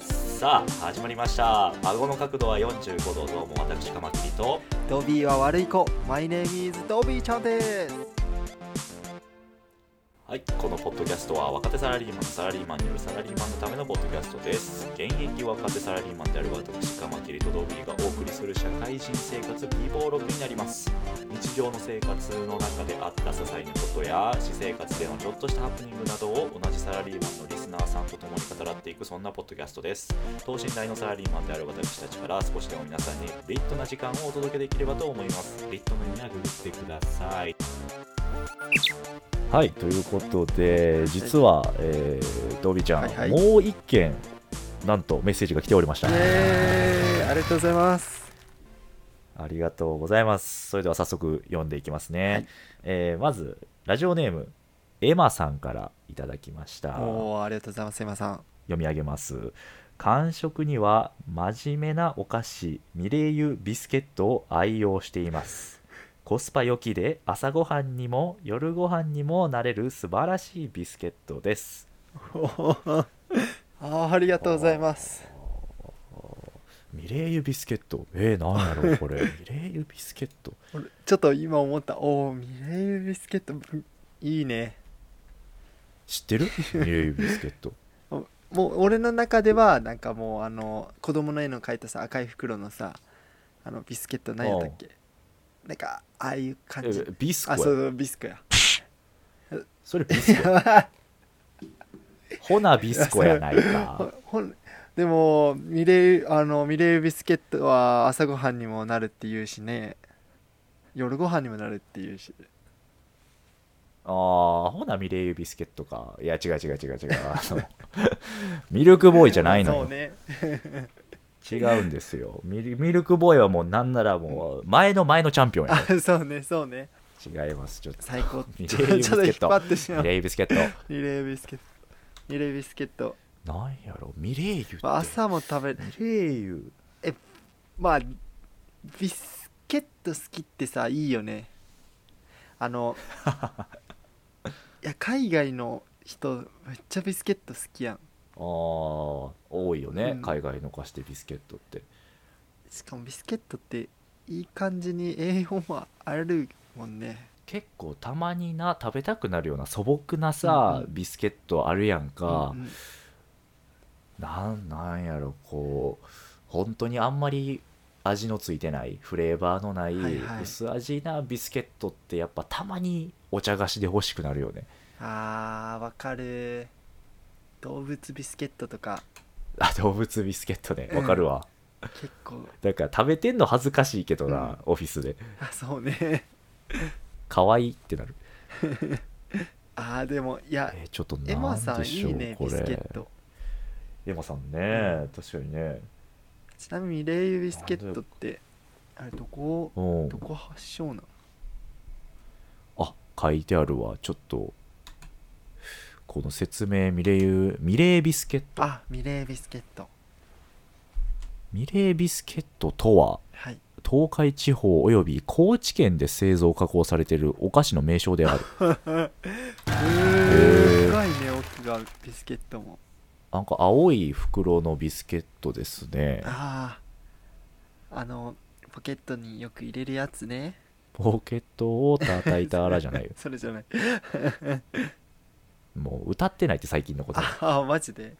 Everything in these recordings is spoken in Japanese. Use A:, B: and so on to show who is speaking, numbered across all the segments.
A: さあ始まりました顎の角度は45度どうも私カマキリと
B: ドビーは悪い子マイネームイズドビーちゃんです
A: はい、このポッドキャストは若手サラリーマン、サラリーマンによるサラリーマンのためのポッドキャストです。現役若手サラリーマンである私、カマキリとドビーがお送りする社会人生活 B ボー録になります。日常の生活の中であった些細なことや、私生活でのちょっとしたハプニングなどを同じサラリーマンのリスナーさんと共に語らっていくそんなポッドキャストです。等身大のサラリーマンである私たちから少しでも皆さんにリットな時間をお届けできればと思います。リットの意味はググってください。はい、ということで、実は、えー、ドビちゃん、
B: はいはい
A: もう一件、なんとメッセージが来ておりました
B: イ。エーイありがとうございます
A: ありがとうございます。それでは早速読んでいきますね。
B: はい
A: えーまず、ラジオネーム、エマさんからいただきました。
B: おーありがとうございますエマさん
A: 読み上げます完食には真面目なお菓子ミレイユビスケットを愛用しています コスパ良きで朝ごはんにも夜ごはんにもなれる素晴らしいビスケットです
B: おーあーありがとうございます
A: ミレイユビスケットえー、なんやろうこ れミレイユビスケット
B: 俺ちょっと今思ったおおミレイユビスケットうんいいね
A: 知ってるミレイユビスケット
B: おもう俺の中ではなんかもうあの子供の絵の描いたさ赤い袋のさあのビスケット何やったっけなんかああいう感じ
A: えビスコ
B: あ
A: や
B: そうそうビスコや
A: それビスコほなビスコやないか
B: ほほんでもミレイあのミレイビスケットは朝ごはんにもなるっていうしね夜ごはんにもなるっていうし
A: あーほなミレイユビスケットかいや違う違う違う違うあの ミルクボーイじゃないの
B: そ
A: よ
B: うね
A: 違うんですよミルミルクボーイはもうなんならもう前の前のチャンピオン
B: あそうねそうね
A: や違いますちょっと
B: 最高
A: ミ
B: ち
A: レイ
B: ょ
A: ビス
B: ち
A: ケ
B: ょっと引
A: ッ
B: っ張
A: ト
B: ってしま
A: ミ
B: う
A: レイビスケッ ト
B: ミレイビスケットミレイビスケット、
A: なんやろミレイユって
B: まあ、朝も食べる
A: ミレイユ
B: まあビスケット好きってさいいよねあ のいや海外の人めっちゃビスケット好きやん
A: あー多いよね、
B: うん
A: 海外の菓子でビスケットって
B: しかもビスケットっていい感じに栄養もあるもんね
A: 結構たまにな食べたくなるような素朴なさ、
B: うんうん
A: ビスケットあるやんか、
B: うんうん
A: なんなんやろこう本当にあんまり味のついてないフレーバーのない
B: はいはい
A: 薄味なビスケットってやっぱたまにお茶菓子で欲しくなるよ ね
B: あーわかる動物ビスケットとか
A: あ動物ビスケットねわかるわ、
B: 結構
A: だから食べてんの恥ずかしいけどな、オフィスで
B: あそうね
A: 可愛いってなる
B: あーでもいや
A: えーちょっと
B: エマ
A: なん
B: さん
A: で
B: い
A: しょう
B: いね
A: こ
B: ビスケ
A: れ
B: ット
A: エマさんね確かにね
B: ちなみにレイユビスケットってあれどこ
A: うん
B: どこ発祥なの
A: あ書いてあるわちょっとこの説明ミレイユミレイビスケット
B: あミレービスケット
A: ミレイビスケットとは
B: はい
A: 東海地方および高知県で製造加工されているお菓子の名称であ る
B: へえ深いね奥がビスケットも
A: なんか青い袋のビスケットですね
B: あああのポケットによく入れるやつね
A: ポケットを叩いたらじゃないよ
B: それじゃない
A: もう歌ってないって最近のこと
B: ああマジで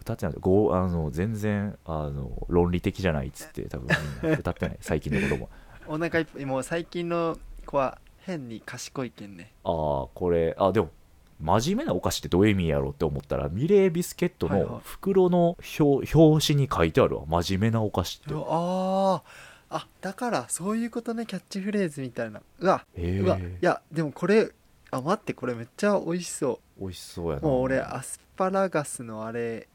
A: 歌ってないごあの全然あの論理的じゃないっつって多分みんな歌ってない最近の ことも
B: お腹いっぱいもう最近の子は変に賢いけんね
A: ああこれあでも真面目なお菓子ってどういう意味やろうって思ったらミレービスケット
B: はいはい
A: の袋の表表紙に書いてあるわ真面目なお菓子って
B: うわあーあだからそういうことねキャッチフレーズみたいなうわ、
A: へ
B: うわい
A: え
B: やでもこれあ待ってこれめっちゃ美味しそ
A: 美味しそうや
B: う
A: な
B: もう俺アスパラガスのあれ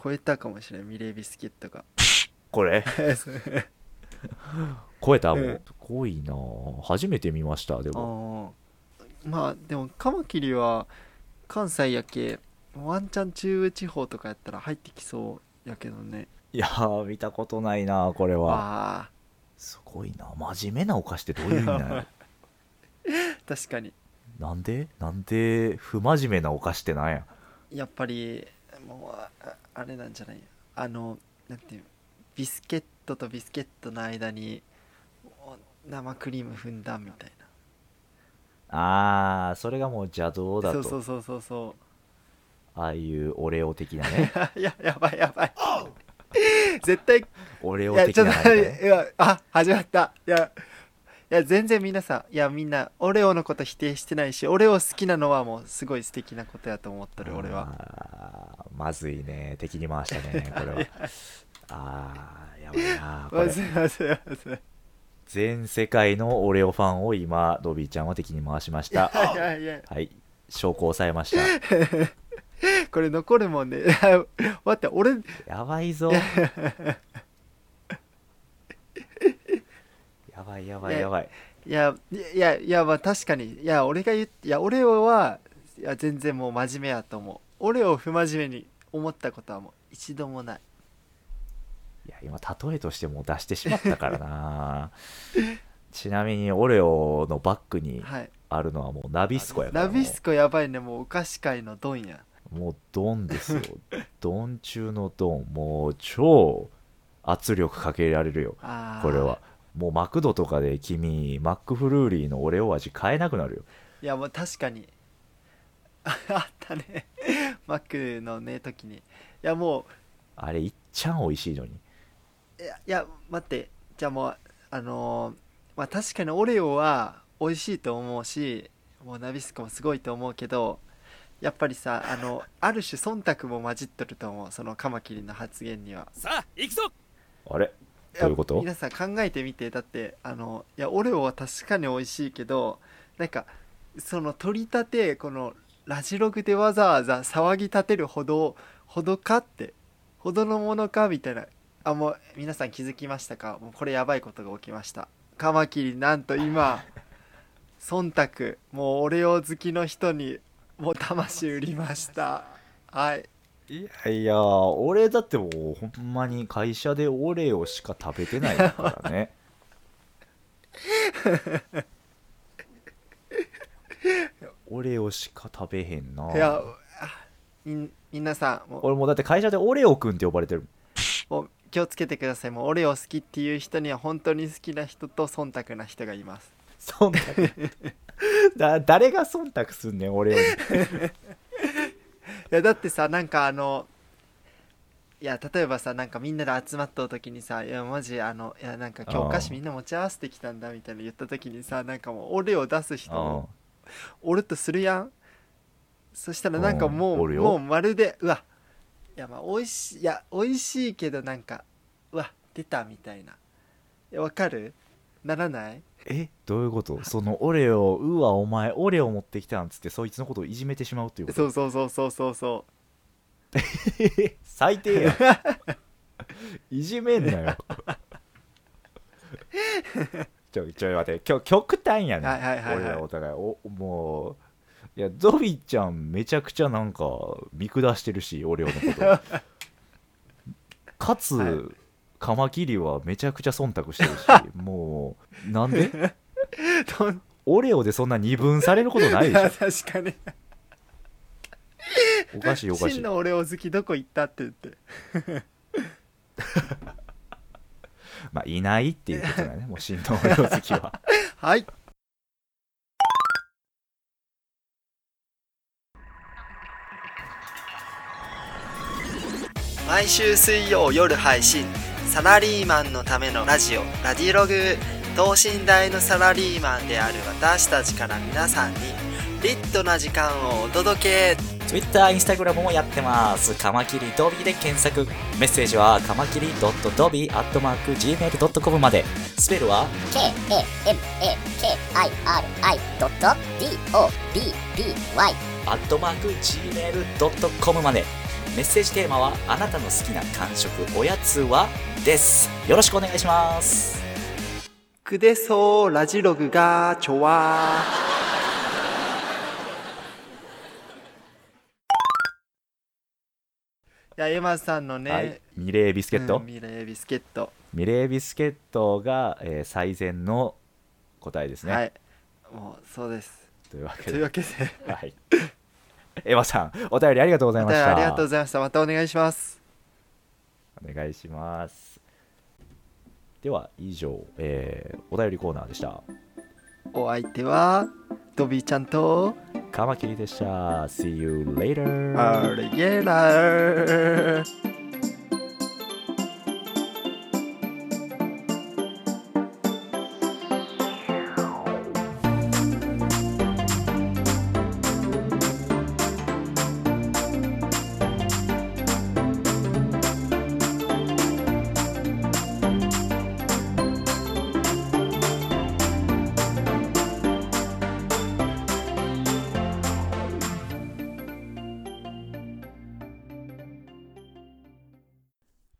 B: 超えたかもしれないミレービスケット が
A: これ
B: そう
A: 超えたも
B: え
A: う
B: え
A: すごいなあ初めて見ましたでも
B: あーまあでもカマキリは関西やけワンチャン中部地方とかやったら入ってきそうやけどね
A: いやー見たことないなこれは
B: あ
A: すごいな真面目なお菓子ってどういう意味な の
B: ー確かに
A: なんでなんで不真面目なお菓子ってなんや
B: やっぱりもうああれなんじゃないあのなんていうビスケットとビスケットの間にお生クリーム踏んだみたいな
A: あーそれがもう邪道だ
B: そ
A: と
B: うそうそうそうそ
A: ああいうオレオ的なね
B: うい ややばいやばい 絶対
A: オレ
B: い
A: オ
B: や
A: 的
B: ちょ
A: な
B: っ
A: なん
B: と
A: か
B: い
A: ね
B: やあ始まったいやいや全然皆さんいやみんなオレオのこと否定してないしオレオ好きなのはもうすごい素敵なことやと思ってる俺は
A: あーまずいね敵に回したねこれはあーやばいなこ
B: わ
A: れ
B: すいませんわすいま
A: 全世界のオレオファンを今ドビーちゃんは敵に回しま した
B: せんいやいやい
A: はい証拠を抑えました
B: やこれ残るもんね 待って俺
A: やばい ぞやばいやばいやばい
B: いやいやいやまあ確かにいや俺が言っいや俺はいや全然もう真面目やと思う俺を不真面目に思ったことはもう一度もない
A: いや今例えとしてもう出してしまったから なちなみにオレオのバッグに
B: はい
A: あるのはもうナビスコやから
B: ナ
A: もう
B: ビスコやばいねもうお菓子界のドンや
A: もうドンです よドン中のドンもう超圧力かけられるよ
B: あー
A: これはもうマクドとかで君マックフルーリーのオレオ味買えなくなるよ
B: いやもう確かに ああったねマックのね時にいやも
A: あれいっちゃん美味しいのに
B: ういやいや待ってじゃあもうあのーまあ確かにオレオは美味しいと思うしもうナビスコもすごいと思うけどやっぱりさあのある種忖度も混じっとると思うそのカマキリの発言には
C: さあ行くぞ
A: あれどういうこと
B: や皆さん考えてみてだってあのいやオレオは確かに美味しいけどなんかその取り立てこのラジログでわざわざ騒ぎ立てるほどほどかってほどのものかみたいなあもう皆さん気づきましたかもうこれやばいことが起きましたカマキリなん と今忖度もうオレオ好きの人にもう魂売りましたはい
A: いやいや俺だってもうほんまに会社でオレオしか食べてないから ねオレオしか食べへんない
B: やあみ皆さんもう
A: 俺もうだって会社でオレオくんって呼ばれてるもん
B: もう気をつけてくださいもうオレオ好きっていう人には本当に好きな人と忖度な人がいます
A: そんなだ誰が忖度すんねんオレ オに
B: いやだってさなんかあのいや例えばさなんかみんなで集まった時にさ「いやマジあのいやなんか今日
A: あー
B: お菓子みんな持ち合わせてきたんだ」みたいな言った時にさなんかもうオレオ出す人も俺とするやんそしたらなんかも
A: うんお
B: う
A: るよ
B: もうまるでうわいやまあ美味しいいや美味しいけどなんかうわ出たみたいないやわかるならない
A: えどういうことそのオレオうわお前オレオ持ってきたんつってそいつのことをいじめてしまうっていうこ
B: そ
A: と
B: うそうそうそうそうそう
A: 最低や いじめんなよ ちょちょ待ってきょ極端やね、
B: はいはいはいは
A: 俺
B: い
A: らお互いおもういやゾビちゃんめちゃくちゃなんか見下してるしオレオのことかつ、
B: はい
A: カマキリはめちゃくちゃ忖度 してるしもうなんで
B: どん
A: オレオでそんな二分されることないでし ょ
B: や確かに
A: おかしいおかしい
B: 真の俺を好きどこ行ったって言って
A: まあいないっていうことだねもう新のオレオ好き は
B: はい毎週水曜夜配信サラリーマンのためのラジオ「ラディログ」等身大のサラリーマンである私たちから皆さんにリットな時間をお届け
D: Twitter、Instagram もやってます。カマキリドビーで検索。メッセージはカマキリ .dobi.gmail.com まで。スペルは
E: k-a-m-a-k-i-r-i.d-o-b-b-y
D: アットマーク gmail.com までメッセージテーマはあなたの好きな感触おやつはですよろしくお願いします
B: 「くでそうラジログがちょわー」やエマさんのね、
A: はい、ミレービスケット、
B: うんミレービスケット
A: ミレービスケットが、えー最善の答えですね、
B: はいもうそうです
A: というわけ
B: という
A: で、
B: わけで
A: はい、エマさんお便りありがとうござい
B: お
A: ま
B: 便り
A: した
B: ありがとうございましたまたお願いします
A: お願いしますでは以上、えーお便りコーナーでした
B: お相手はドビーちゃんと
A: カマキリでした See you later
B: アレゲラー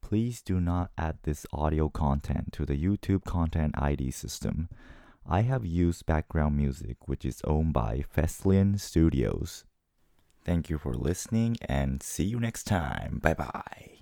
D: Please do not add this audio content to the YouTube Content ID system. I have used background music which is owned by Feslian Studios. Thank you for listening and see you next time. Bye bye.